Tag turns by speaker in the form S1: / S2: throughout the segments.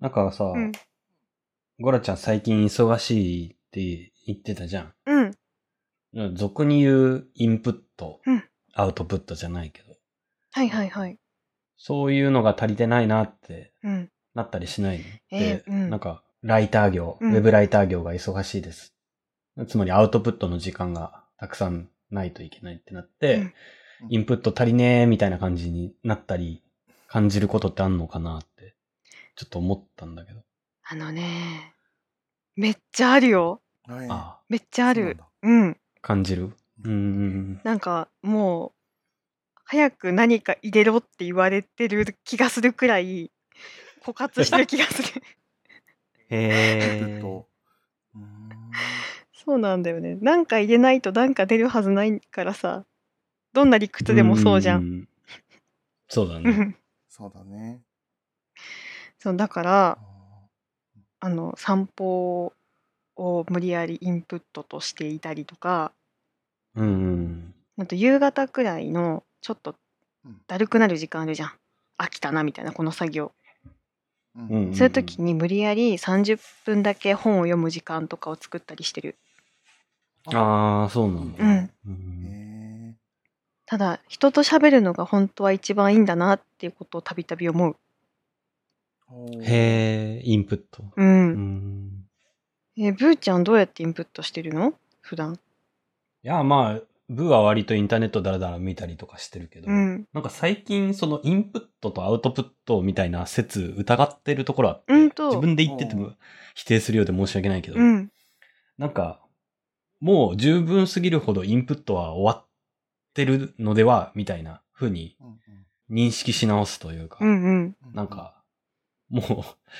S1: だからさ、
S2: うん。
S1: ゴラちゃん最近忙しいって言ってたじゃん。
S2: うん。
S1: 俗に言うインプット、
S2: うん
S1: アウトプットじゃないけど、
S2: はいはいはい。
S1: そういうのが足りてないなって
S2: うん。
S1: なったりしないの
S2: え
S1: で、
S2: ーうん
S1: なんか、ライター業、
S2: うん
S1: ウェブライター業が忙しいです。つまりアウトプットの時間がたくさんないといけないってなって、
S2: うん
S1: インプット足りねえみたいな感じになったり、感じることってあんのかなって、ちょっと思ったんだけど。
S2: あのね、めっちゃあるよ。
S3: はい
S1: ああ、
S2: めっちゃあ
S3: そうなん
S2: る。
S3: だ
S2: うん。
S1: 感じるうーん。
S2: なんかもう、早く何か入れろって言われてる気がするくらい、枯渇してる気がす る。
S3: インプ
S1: へ
S3: ット。うーん
S2: そうなんだよね。なんか入れないとなんか出るはずないからさ、どんな理屈でもそうじゃん。
S1: ん。そうだ
S2: う
S1: ね。
S2: ん。
S3: そうだね。
S2: そう、だか
S3: あ
S2: ら、
S3: あ
S2: あの、散歩を無理やりインプットとしていたりとか、
S1: うん。
S2: あと夕方くらいのちょっと
S3: うん
S2: だるくなる時間あるじゃん飽きたなみたいなこの作業、
S3: うん
S1: うんうん
S2: そういう時に無理やり30分だけ本を読む時間とかを作ったりしてる
S1: ああ、そうなんだ。
S2: うん
S1: う
S3: へ
S1: ん
S3: え
S2: ただ人と喋るのが本当は一番いいんだなっていうことをたびたび思う
S3: おー
S1: へえ、インプット。
S2: う、
S1: うんん。
S2: えブーちゃんどうやってインプットしてるの普段
S1: いや、まあ、ブーは割とインターネットだらだら見たりとかしてるけど、
S2: うん
S1: なんか最近そのインプットとアウトプットみたいな説疑ってるところあって、
S2: うんと
S1: 自分で言ってても否定するようで申し訳ないけど、
S2: うん
S1: なんか、もう十分すぎるほどインプットは終わってるのでは、みたいな風に
S3: うんうん
S1: 認識し直すというか、
S2: うんうん
S3: う
S1: なんか、もう、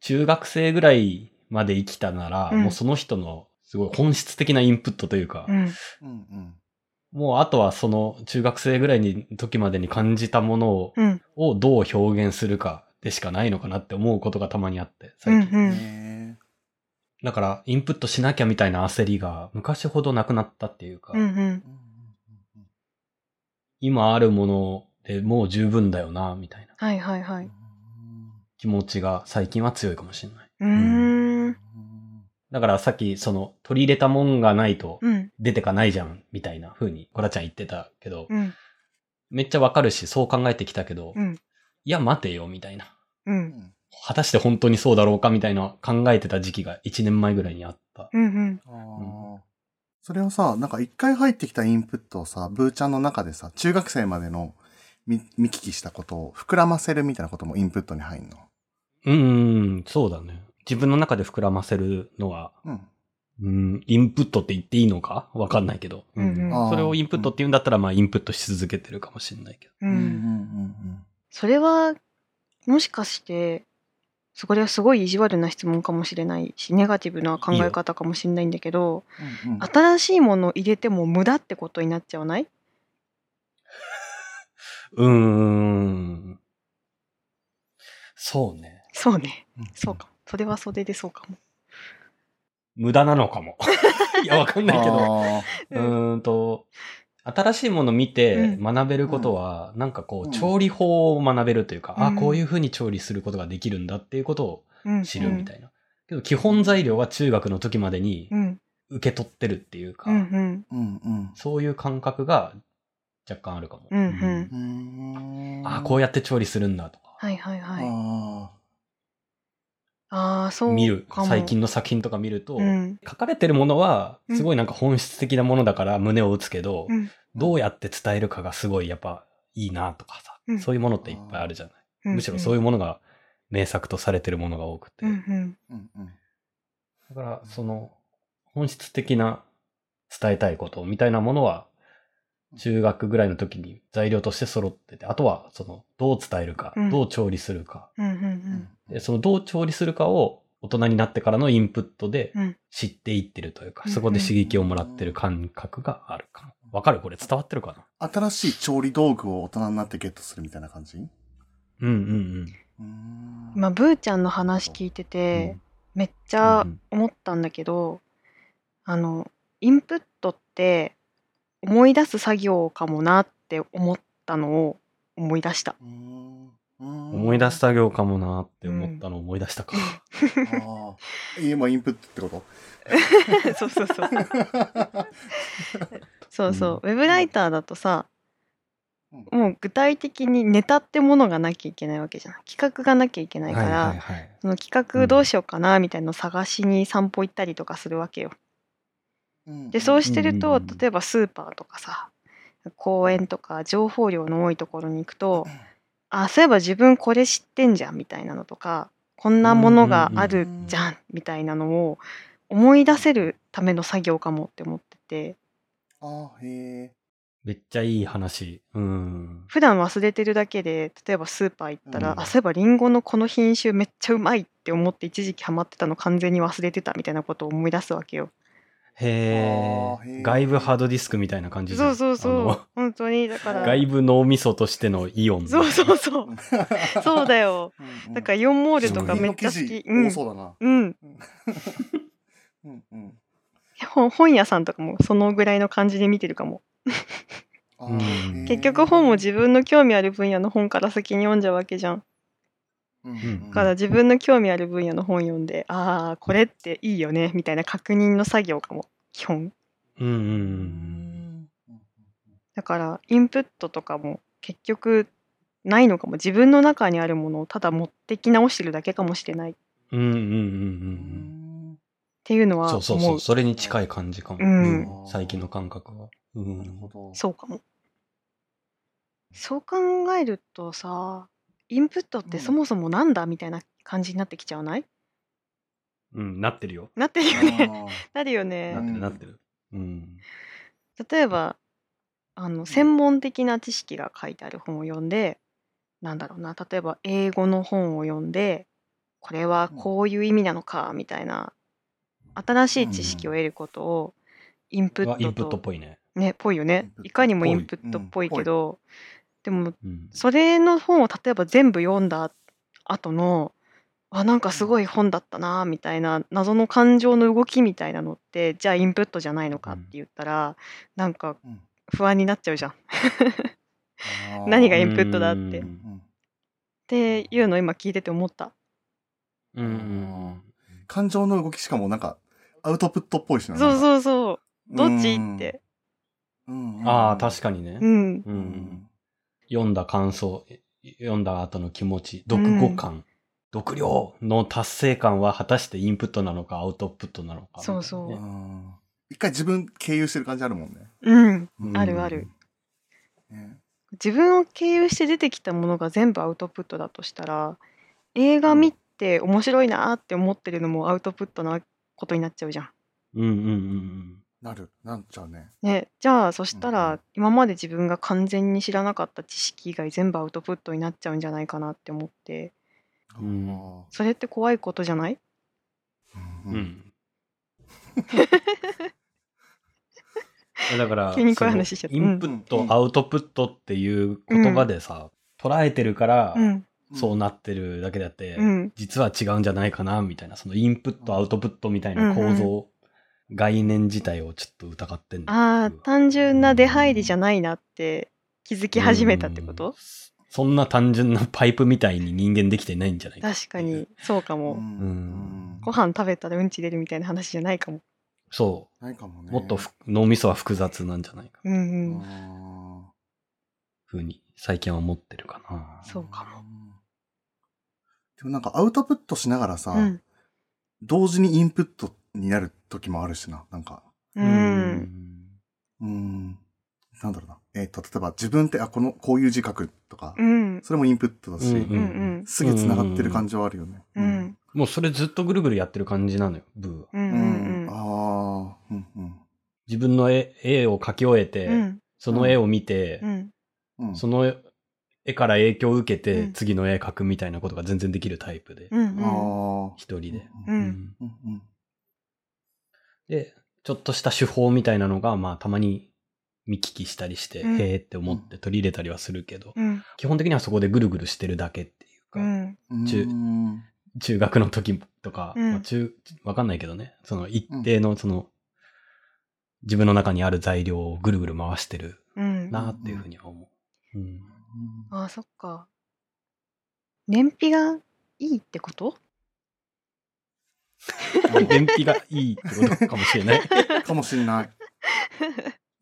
S1: 中学生ぐらいまで生きたなら、
S2: うん
S1: もうその人のすごい本質的なインプットというか、
S2: うん
S3: うんうん
S1: もうあとはその中学生ぐらいに時までに感じたものを,、
S2: うん
S1: をどう表現するかでしかないのかなって思うことがたまにあって、
S2: う
S1: 最
S2: ん
S1: 近。
S2: う
S3: へ
S2: ん
S3: え
S1: だから、インプットしなきゃみたいな焦りが昔ほどなくなったっていうか、
S2: うんうん
S3: うんうんうん
S1: 今あるものでもう十分だよな、みたいな
S2: はいはいは
S3: うん
S2: いう
S1: 気持ちが最近は強いかもしれない。
S2: ーん
S3: うん
S1: だからさっきその取り入れたもんがないと
S2: うん
S1: 出てかないじゃん、みたいな風にコラちゃん言ってたけど、
S2: うん
S1: めっちゃわかるし、そう考えてきたけど、
S2: うん
S1: いや待てよ、みたいな。
S2: う
S3: うんん
S1: 果たして本当にそうだろうかみたいな考えてた時期が1年前ぐらいにあった。
S2: うんうん
S3: あーそれをさ、なんか一回入ってきたインプットをさ、ブーちゃんの中でさ、中学生までの見見聞きしたことを膨らませるみたいなこともインプットに入んの。
S1: うーん、そうだね。自分の中で膨らませるのは、
S3: うん。
S1: うーん、インプットって言っていいのかわかんないけど、
S2: うんうん
S3: あー
S1: それをインプットって言うんだったら、まあインプットし続けてるかもしれないけど。
S2: う
S3: うんうんうん
S2: んそれはもしかしてそこではすごい意地悪な質問かもしれないしネガティブな考え方かもしれないんだけど
S3: うんうん。
S2: 新しいものを入れても無駄ってことになっちゃわないう
S1: ーん。そうね。
S2: そうね
S3: うん
S2: そうかもそれはそれでそうかも
S1: 無駄なのか も。いや、わかんないけど。
S3: あー
S1: うーんと、新しいもの見て
S2: うん
S1: 学べることは、なんかこ
S3: う
S1: う、
S3: ん
S1: 調理法を学べるというか、あ
S2: うん
S1: こういう風に調理することができるんだっていうことを知るみた
S2: い
S1: いな。けど、基本材料は中学の時までに
S2: うん
S1: 受け取ってるっていうか、
S2: うんうん
S3: うんうん
S1: そういう感覚が若干あるかも。
S2: うんうん
S3: うーん。
S1: あこうやって調理するんだとか、
S2: はいはいはい
S3: あ
S2: ああそうかも
S1: 見る、最近の作品とか見ると、
S2: うん
S1: 書かれてるものは、
S2: うん
S1: すごいなんか本質的なものだから胸を打つけど、
S2: うん
S1: どうやって伝えるかがすごいやっぱいいなとかさ、
S2: うん
S1: そういうものっていっぱいあるじゃない。
S2: うん
S1: むしろそういうものが名作とされてるものが多くて。
S2: うんうん
S3: ーうんうん
S1: だから、その、本質的な伝えたいことみたいなものは、中学ぐらいの時に材料として揃ってて、あとは、その、どう伝えるか、
S2: うん
S1: どう調理するか、
S2: うんう
S3: うん
S2: ん
S1: で、その、どう調理するかを大人になってからのインプットで
S2: うん
S1: 知っていってるというか、
S2: うん
S1: そこで刺激をもらってる感覚があるかも。わかるこれ伝わってるかな
S3: 新しい調理道具を大人になってゲットするみたいな感じう
S1: うんうん
S3: ーん
S2: 今ブーちゃんの話聞いて
S1: うん。
S2: てめっち
S1: うん
S2: ゃ
S1: うん
S2: 思ったんだけど、あのインプットって思い 出す作業かもなって思ったのを思い出した。
S3: うーんうーん
S1: 思い出す作業かもなって思ったのを思い出したか。
S3: ああ。今インプットって こと
S2: そうそうそうそうそう、ウェブライターだとさ
S3: うん
S2: もう具体的にネタってものがなきゃいけないわけじゃん 企画がなきゃいけないから、
S1: はいはいはい。
S2: その企画どうしようかなみたいなのを探しに散歩行ったりとかするわけよ。
S3: うん
S2: でそうしてる
S1: うんう
S2: と
S1: んうん
S2: 例えばスーパーとかさ公園とか情報量の多いところに行くとあそういえば自分これ知ってんじゃんみたいなのとかこんなものがあるじゃんみたいなのを思い出せるための作業かもって思ってて
S3: ああ、へえ。
S1: めっちゃいい話。うん。
S2: 普段忘れてるだけで例えばスーパー行ったら、
S1: うん
S2: あそういえばリンゴのこの品種めっちゃうまいって思って一時期ハマってたの完全に忘れてたみたいなことを思い出すわけよ。
S1: へ
S3: あーへ
S1: え
S3: ー。
S1: 外部ハードディスクみたいな感じじゃ
S2: そ
S1: んあ
S2: うそうそう
S1: の
S2: 本当にだから
S1: 外部脳みそとしてのイオン。
S2: そうそうそうそう だよ。だから
S3: ら、
S2: イオンモール
S1: れ
S2: とかめっちゃ好き。
S3: う。
S2: うんん。
S3: そうだな。
S2: うん。
S3: うんうん。
S2: 本本屋さんとかもそのぐらいの感じで見てるかも。
S3: あ
S1: うん
S3: ーへー
S2: 結局本も自分の興味ある分野の本から先に読んじゃうわけじゃん。
S3: うん
S1: う
S2: だ
S1: ん
S2: から自分の興味ある分野の本読んで、ああ、これっていいよね、みたいな確認の作業かも。基本。
S1: うんうんう。
S3: うんん
S2: だから、インプットとかも結局ないのかも。自分の中にあるものをただ持ってき直してるだけかもしれないっ
S1: うんうんうんうん
S3: う
S1: うん。
S3: ん
S2: ていうのは
S1: そ
S2: 思う。
S1: うそうそう。それに近い感じかも。
S2: うん
S1: うん最近の感覚は。う
S3: なるほ
S1: ん。
S3: ど。
S2: そうかも。そう考えるとさ、インプットってそもそもなんだみたいな感じになってきちゃわない
S1: うん、なってるよ。
S2: なってるよね。 なるよ
S1: なっ
S2: ね。
S1: て
S3: う
S1: る
S3: ん
S1: なってる。うん。
S2: 例えば、あの、専門的な知識が書いてある本を読んで、なんだろうな、例えば英語の本を読んで、これはこういう意味なのか、みたいな、新しい知識を得ることを、インプ
S1: はイ
S2: ッ
S1: ンプッ
S2: ト
S1: トっ
S2: と、
S1: ぽいね。
S2: ね、ぽいよ
S3: イン
S2: ね
S3: プッ。ト
S2: いかにも
S1: ぽい
S2: インプットっぽいけど、でも
S1: うん。
S2: それの本を例えば全部読んだ後のあなんかすごい本だったなみたいな謎の感情の動きみたいなのってじゃあインプットじゃないのかって言ったら、なんか
S3: うん
S2: 不安になっちゃうじゃん。っ
S3: あー
S2: 何がインプットだって
S1: う
S3: うんん
S2: ていうのを今聞いてて思った。
S1: うんうん。
S3: 感情の動きしかもなんか、アウトプットっぽいしな。
S2: そう
S3: う。
S2: そうそうどっちって。
S1: うんああ、確かにね
S2: う。ん
S1: う
S3: に
S1: ん。読んだ感想、え読んだ後の気持ち、読語感、読量の達成感は果たしてインプットなのかアウトプットなのかみたいなね、
S2: そうそう
S3: うん一回自分経由してる感じあるもんね。
S2: うん
S1: うん
S2: あるある。
S3: ね
S2: 自分を経由して出てきたものが全部アウトプットだとしたら映画見て面白いなって思ってるのもアウトプットなことになっちゃうじゃん。
S1: うんうんうん
S3: なる。なんちゃうね。
S2: ね、じゃあそした
S3: うんう
S2: ら
S3: ん
S2: 今まで自分が完全に知らなかった知識以外全部アウトプットになっちゃうんじゃないかなって思って
S1: うん
S3: あ
S2: それって怖いことじゃない
S3: ー
S1: う。
S3: うん
S1: うんん。い やだから、
S2: 急に怖い話しちゃった
S1: そのインプット、アウトプットっていう言葉でさ、捉えてるから、
S2: うん
S1: そうなってるだけであって、
S2: うん
S1: 実は違うんじゃないかな、みたいな、そのインプット、アウトプットみたいな構造、概念自体をちょっと疑ってんだ
S2: ああ単純な出入りじゃないなって気づき始めたってこ
S1: うん
S2: と
S1: そんな単純なパイプみたいに人間できてないんじゃないか。
S2: 確かにそうか
S3: う
S2: も
S1: う
S3: ん
S1: ん
S2: ご飯食べたらうんち出るみたいな話じゃないかも
S1: そ
S3: ないかも
S1: う。
S3: ね。
S1: もっとふ脳みそは複雑なんじゃないか。
S2: うんうん
S3: あ
S1: ふうに最近は思ってるかな
S3: ー
S2: そうかも。
S3: でもなんかアウトプットしながらさ、
S2: うん
S3: 同時にインプットになる時もあるしな。なんか、。
S2: う。ん
S3: うーん。なんだろうな。えっ、と、例えば自分って、あ、この、こういう字書くとか、
S2: うん
S3: それもインプットだし、
S1: うん
S2: うん
S3: すげえ繋がってる感じはあるよね。
S2: うんうん
S1: もうそれずっとぐるぐるやってる感じなのよ、ブーは。
S2: うんう
S3: うんん。
S2: う
S3: あ
S2: ん
S3: あ、うんうん。
S1: 自分の絵絵を描き終えて、
S2: うん
S1: その絵を見て、
S2: うん
S3: うん、
S1: その絵から影響を受けて、
S2: うん
S1: 次の絵描くみたいなことが全然できるタイプで、
S2: うんうん
S3: ああ。
S1: 一人で、
S2: うん
S3: うんうん。
S1: で、ちょっとした手法みたいなのが、まあ、たまに見聞きしたりして、
S2: うん
S1: へえって思って取り入れたりはするけど、
S2: うん
S1: 基本的にはそこでぐるぐるしてるだけっていう
S2: う
S1: か、
S2: ん
S3: うん
S1: 中
S3: うん
S1: 中学の時とか、
S2: うん
S1: まあ、中、わかんないけどね、その一定のその、自分の中にある材料をぐるぐる回してる
S2: うん
S1: なっていうふうには思う。うん。
S2: あーそっか燃費がいいってこと
S1: 燃費がいいってことかもしれない。
S3: かもしんない。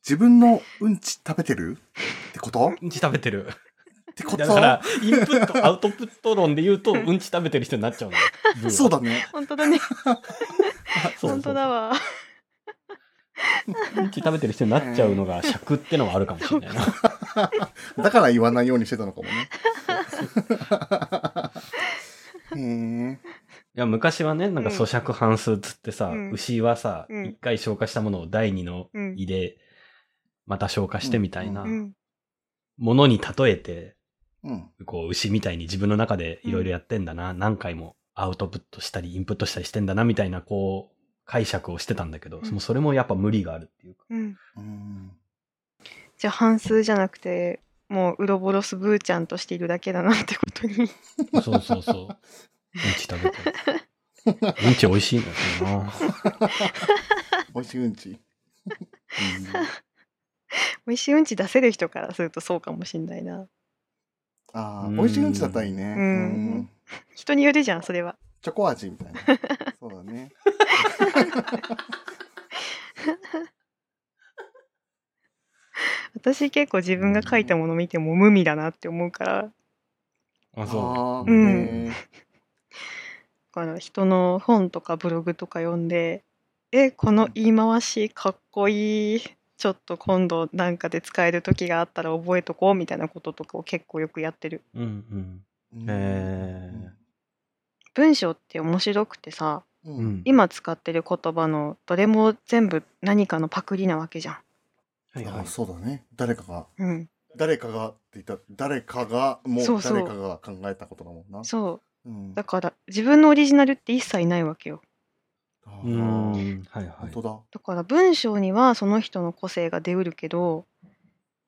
S3: 自分のうんち食べてるってこと
S1: うんち食べてる。
S3: ってこと
S1: だから、インプット、アウトプット論で言うと、うんち食べてる人になっちゃうのよ。ブーは
S3: そう。だね。
S2: 本当だね。
S1: そう
S2: 本当だ。わ。
S1: そうそううんち食べてる人になっちゃうのが尺ってのはあるかもしれないな。
S3: だから言わないようにしてたのかもね。へえ。
S1: いや、昔はね、なんか
S2: うん
S1: 咀嚼半数つってさ、
S2: うん
S1: 牛はさ、一、
S2: うん
S1: 回消化したものを第二の
S2: うん
S1: 胃で、また消化してみたいな
S3: う
S2: うん。
S1: ものに例えて、
S3: うん。
S1: こう、牛みたいに自分の中でいろいろやってんだな、何回もアウトプットしたり、インプットしたりしてんだな、みたいな、こう、解釈をしてたんだけど、
S2: うん
S1: もうそれもやっぱ無理があるっていうか。
S2: うん。
S3: うん
S2: じゃあ、半数じゃなくて、もう、ウロボロスブーちゃんとしているだけだなってことに。
S1: そうそうそう。うんち食べてる。うんち美味しいんだけどな。
S3: 美味しいうんち。
S2: 美味しいうんち出せる人からするとそうかもしんないな。
S3: ああ、
S1: うん
S3: 美味しいうんちだったらいいね。
S2: う
S3: うんん。
S2: 人によるじゃん、それは。
S3: チョコ味みたいな。そうだね。
S2: 私結構自分が書いたもの見ても無味だなって思うから、
S1: あ、
S3: あ
S1: そ
S3: あ、
S1: う。
S2: うん
S3: へえ
S2: だから人の本とかブログとか読んで、え、この言い回しかっこいい。ちょっと今度なんかで使える時があったら覚えとこうみたいなこととかを結構よくやってる。
S1: うんうん。
S3: うん
S1: え
S2: 文章って面白くてさ、
S3: う。
S1: うんん。
S2: 今使ってる言葉のどれも全部何かのパクリなわけじゃ
S1: はい
S3: あ
S1: は
S3: あ
S1: い。
S3: そうだね。誰かが、
S2: ん。うん。
S3: 誰かがって言ったら、誰かが、も
S2: そう
S3: う
S2: そう
S3: 誰かが考えたことだもんな。
S2: そう。
S3: うん
S2: だから自分のオリジナルって一切ないわけよ。
S3: あー
S1: うん。はいは
S3: 本
S1: い
S3: 当。だ。
S2: だから文章にはその人の個性が出うるけど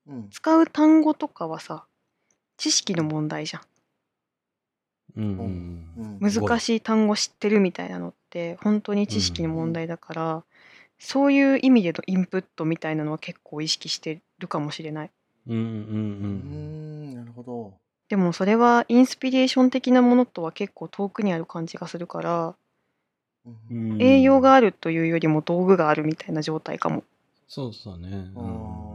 S3: うん。
S2: 使う単語とかはさ知識の問題じゃん
S1: うんう。
S3: うんん
S2: 難しい単語知ってるみたいなのって本当に知識の問題だから、そういう意味でのインプットみたいなのは結構意識してるかもしれない
S1: うんうんう
S3: うんん、なるほど。
S2: でもそれはインスピレーション的なものとは結構遠くにある感じがするから、
S1: う
S3: うん
S1: ん。
S2: 栄養があるというよりも道具があるみたいな状態かも
S1: そうそうね。
S3: あー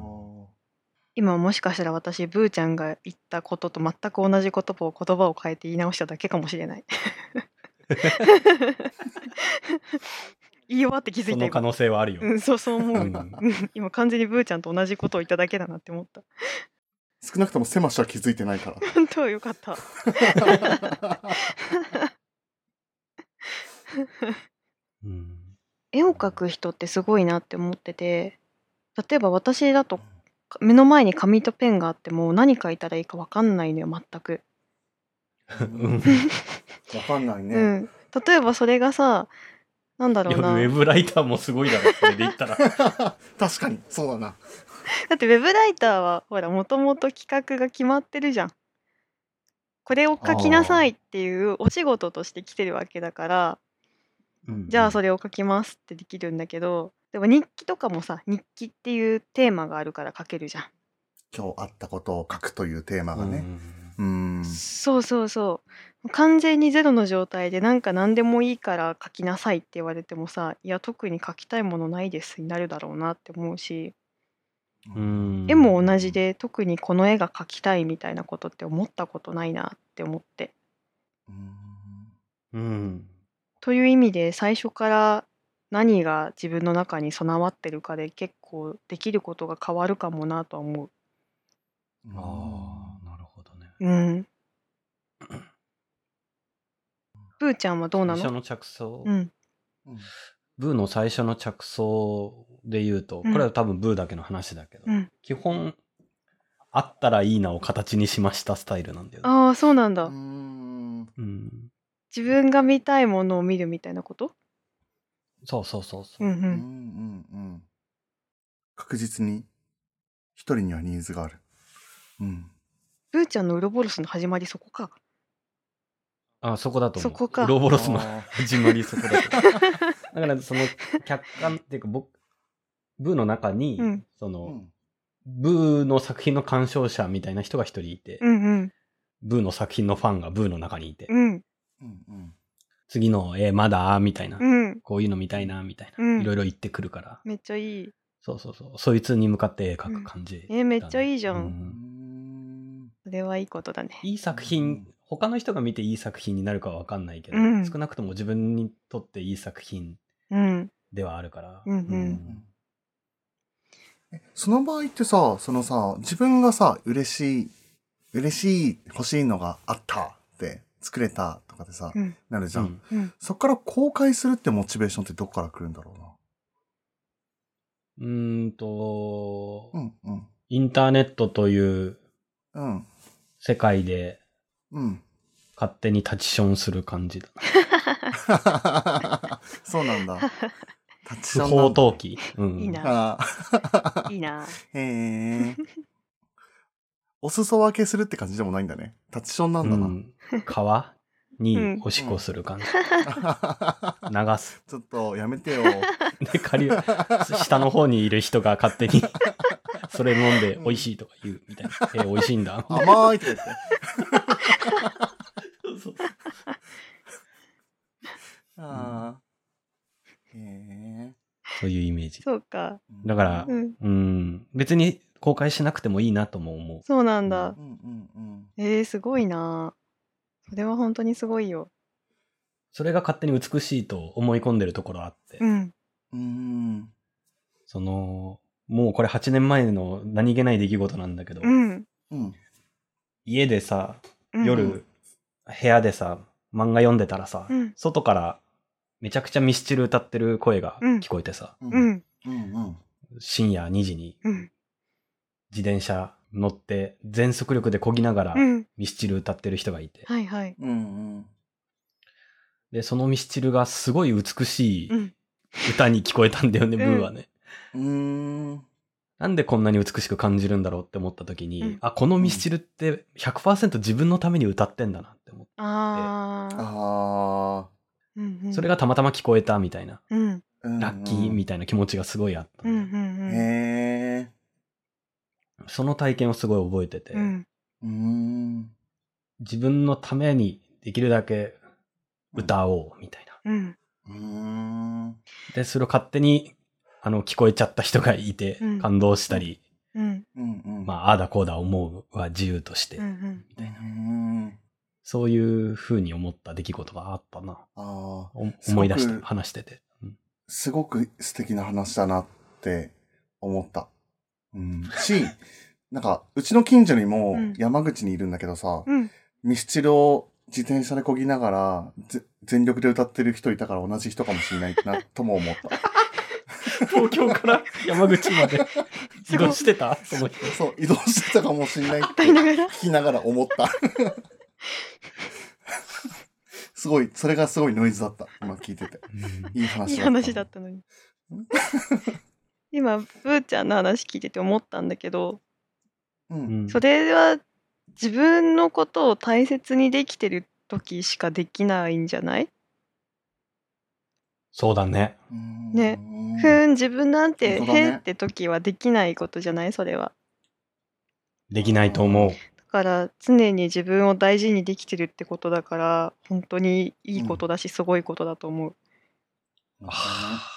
S2: 今もしかしたら私ブーちゃんが言ったことと全く同じ言葉を言葉を変えて言い直しただけかもしれない言い終わって気
S1: そ
S2: づいた
S1: の可
S2: 今
S1: 能性はあるよ。
S2: うん、そうそう思う、
S1: う
S2: うんん 今完全にブーちゃんと同じことを言っただけだなって思った
S3: 少なくとも狭しは気づいてないから。
S2: 本当よかった
S1: うん。
S2: 絵を描く人ってすごいなって思ってて例えば私だと目の前に紙とペンがあっても何描いたらいいか分かんないのよ全く、
S1: うん
S3: わかんないうね。
S2: ん例えばそれがさなんだ
S1: い
S2: ろ
S1: や
S2: う
S1: ウ
S2: な
S1: ェブライターもすごいだろ、それで言ったら。
S3: 確かに、そうだな。
S2: だってウェブライターはほらもともと企画が決まってるじゃん。これを書きなさいっていうお仕事として来てるわけだから じゃあそ
S1: れ。
S2: れを書きますってできるんだけどでも日記とかもさ日記っていうテーマがあるから書けるじゃん。
S3: 今日あったことを書くというテーマ
S1: う
S3: が
S1: ん
S3: ね。うん。
S2: そうそうそう完全にゼロの状態でなんか何でもいいから書きなさいって言われてもさいや特に書きたいものないですになるだろうなって思うし
S1: うん
S2: 絵も同じ。で特にこの絵が描きたいみたいなことって思ったことないなって思って。
S3: うん
S1: うん。
S2: という意味で最初から何が自分の中に備わってるかで結構できることが変わるかもなとは思
S1: ああ、なるほどね。
S2: う。うん。ブーちゃんはどうな
S1: 最初
S2: の
S1: の着想
S2: う。ん。
S3: うん
S1: ブーの最初の着想で言うと、こ
S2: うん
S1: れは多分ブーだけの話だけど
S2: う、ん。
S1: 基本、あったらいいなを形にしましたスタイルなんだよね。
S2: ああ、そうなん
S3: う
S2: だ。
S3: ん。
S1: うん。
S2: 自分が見たいものを見るみたいなこと
S1: そうそうそうそうう。
S2: んう
S3: うんう
S2: ん。
S3: んうん。確実に、一人にはニーズがある。うん。
S2: ブーちゃんのウロボロスの始まりそこか。
S1: あそこだと思う。
S2: そこか
S1: ローボロスの
S3: あ
S1: 始まりそこ だと思うだからその客観っていうか僕、ブーの中に、
S2: うん
S1: そ
S3: ーう
S1: の、
S3: ん
S1: ブーの作品の鑑賞者みたいな人が一人いて、
S2: うんうん。
S1: ブーの作品のファンがブーの中にいて、
S2: うん
S3: うんうん。
S1: 次の、えーまだ、みたいな、
S2: うん
S1: こういうの見たいな、みたいな、
S2: うん
S1: いろいろ言ってくるから、
S2: めっちゃいい
S1: そうそうそう、そいつに向かって絵描く感じ、
S2: えめっちゃいいじゃん、
S1: う
S3: うー
S1: ん
S3: ん
S2: それはいいことだね
S1: いい作品、他の人が見ていい作品になるかは分かんないけど、
S2: うん
S1: 少なくとも自分にとっていい作品
S2: うん
S1: ではあるから。
S2: うんうん
S3: えその場合ってさ、そのさ、自分がさ、嬉しい、嬉しい、欲しいのがあったって、作れたとかでさ、
S2: うん
S3: なるじゃん。
S1: うん
S2: うん
S3: そっから公開するってモチベーションってどこから来るんだろ
S1: うーんと、
S3: うな。うん、うん、
S1: インターネットという
S3: うん、
S1: 世界で
S3: うん。
S1: 勝手にタチションする感じだな。
S3: そうなんだ。タッチシ
S1: 不
S3: ョン
S1: 法
S3: なんだ
S1: 投 棄。うん
S2: いいな
S3: あー
S2: いいな
S3: へえ。お裾分けするって感じでもないんだね。タッチションなんだな。
S1: うん川におしっこする感じ。流す。
S3: ちょっとやめてよ。
S1: で、下流、下の方にいる人が勝手に、それ飲んで美味しいとか言うみたい な。えー美味しいんだ。
S3: 甘いって言 って。
S1: そう
S3: ああ。へえ。
S1: そういうイメージ。
S2: そうか
S1: だから
S2: う
S3: うん
S2: ん
S1: うん。別に公開しなくてもいいなとも思
S2: そうなんだ、
S3: うんうん
S2: えー、すごいなそれは本当にすごいよ
S1: う。それが勝手に美しいと思い込んでるところあって。
S2: うん
S3: うん。うん。
S1: その、もうこれ8年前の何気ない出来事なんだけど、
S2: うん
S3: うん。
S1: 家でさ、
S2: うん
S1: 夜、
S3: うん
S1: 部屋でさ、漫画読んでたらさ、
S2: うん
S1: 外からめちゃくちゃミスチル歌ってる声が聞こえてさ、
S3: うん
S2: う。ん
S3: うんうん。
S1: 深夜2時に
S2: うん
S1: 自転車乗って全速力で漕ぎながら
S2: うん
S1: ミスチル歌ってる人がいて、
S2: はいはい
S3: うんうん。
S1: で、そのミスチルがすごい美しい
S2: うん
S1: 歌に聞こえたんだよね、
S2: うん
S1: ブーはね。
S3: うーん。
S1: なんでこんなに美しく感じるんだろうって思った時に、
S2: うん
S1: あ、このミスチルって100%自分のために歌ってんだなって思って
S2: ああ
S3: あ
S2: うんうん
S1: それがたまたま聞こえたみたいな、
S2: うん
S3: あ。うんうん
S1: ラッキーみたいな気持ちがすごいあったんで、
S2: うんうんうん
S3: へえ。
S1: その体験をすごい覚えてて、
S2: うん
S3: うーん。
S1: 自分のためにできるだけ歌おうみたいな。
S2: うん
S3: うーん。
S1: で、それを勝手に、あの、聞こえちゃった人がいて
S2: うん、
S1: 感動したり、
S2: うん
S3: うんうん。
S1: ま
S3: あ。
S1: あ、ああだこうだ思うは自由として、
S2: うんうん
S1: みたいな。
S3: うん。
S1: そういう風に思った出来事があったな。
S3: ああ。
S1: お
S3: すご
S1: 思
S3: く
S1: い出して、話してて。うん
S3: すごく素敵な話だなって思った。うん。し、なんか、うちの近所にも
S2: うん
S3: 山口にいるんだけどさ、
S2: うん
S3: ミスチルを自転車で漕ぎながら、ぜ全力で歌ってる人いたから同じ人かもしれないな、とも思った。
S1: 東京から 山口まで移動してたその人。
S3: そう、移動してたかもしれないっ
S2: 歌
S3: て
S2: いながら
S3: 聞きながら思った。 すごい、それがすごいノイズだった。今聞いてて。いい話だった。
S2: いい話だったのに今ブーちゃんの話聞いてて思ったんだけど
S3: うん。
S2: それは自分のことを大切にできてる時しかできないんじゃない、
S1: そうだね。
S2: ねふ
S3: うん
S2: ーん自分なんて
S3: 本当だね
S2: へんって時はできないことじゃないそれは
S1: できないと思う。
S2: だから常に自分を大事にできてるってことだから本当にいいことだしすごいことだと思う、
S1: あ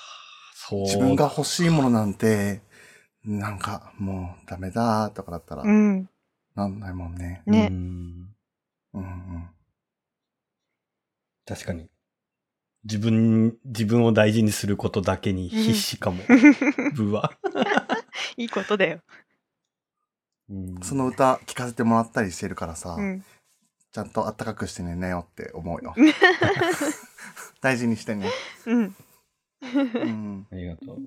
S1: そう。
S3: 自分が欲しいものなんて、なんかもうダメだとかだったら、
S2: うん、
S3: なんないもんね。
S2: ね
S1: うん
S3: うんうん。
S1: 確かに。自分、自分を大事にすることだけに必死かも。部 は。
S2: いいことだよ、
S3: その歌聞かせてもらったりしてるからさ、
S2: うん、
S3: ちゃんとあったかくして寝なよって 思うよ。大事にしてね。
S2: うん
S3: うん。
S1: ありがとう。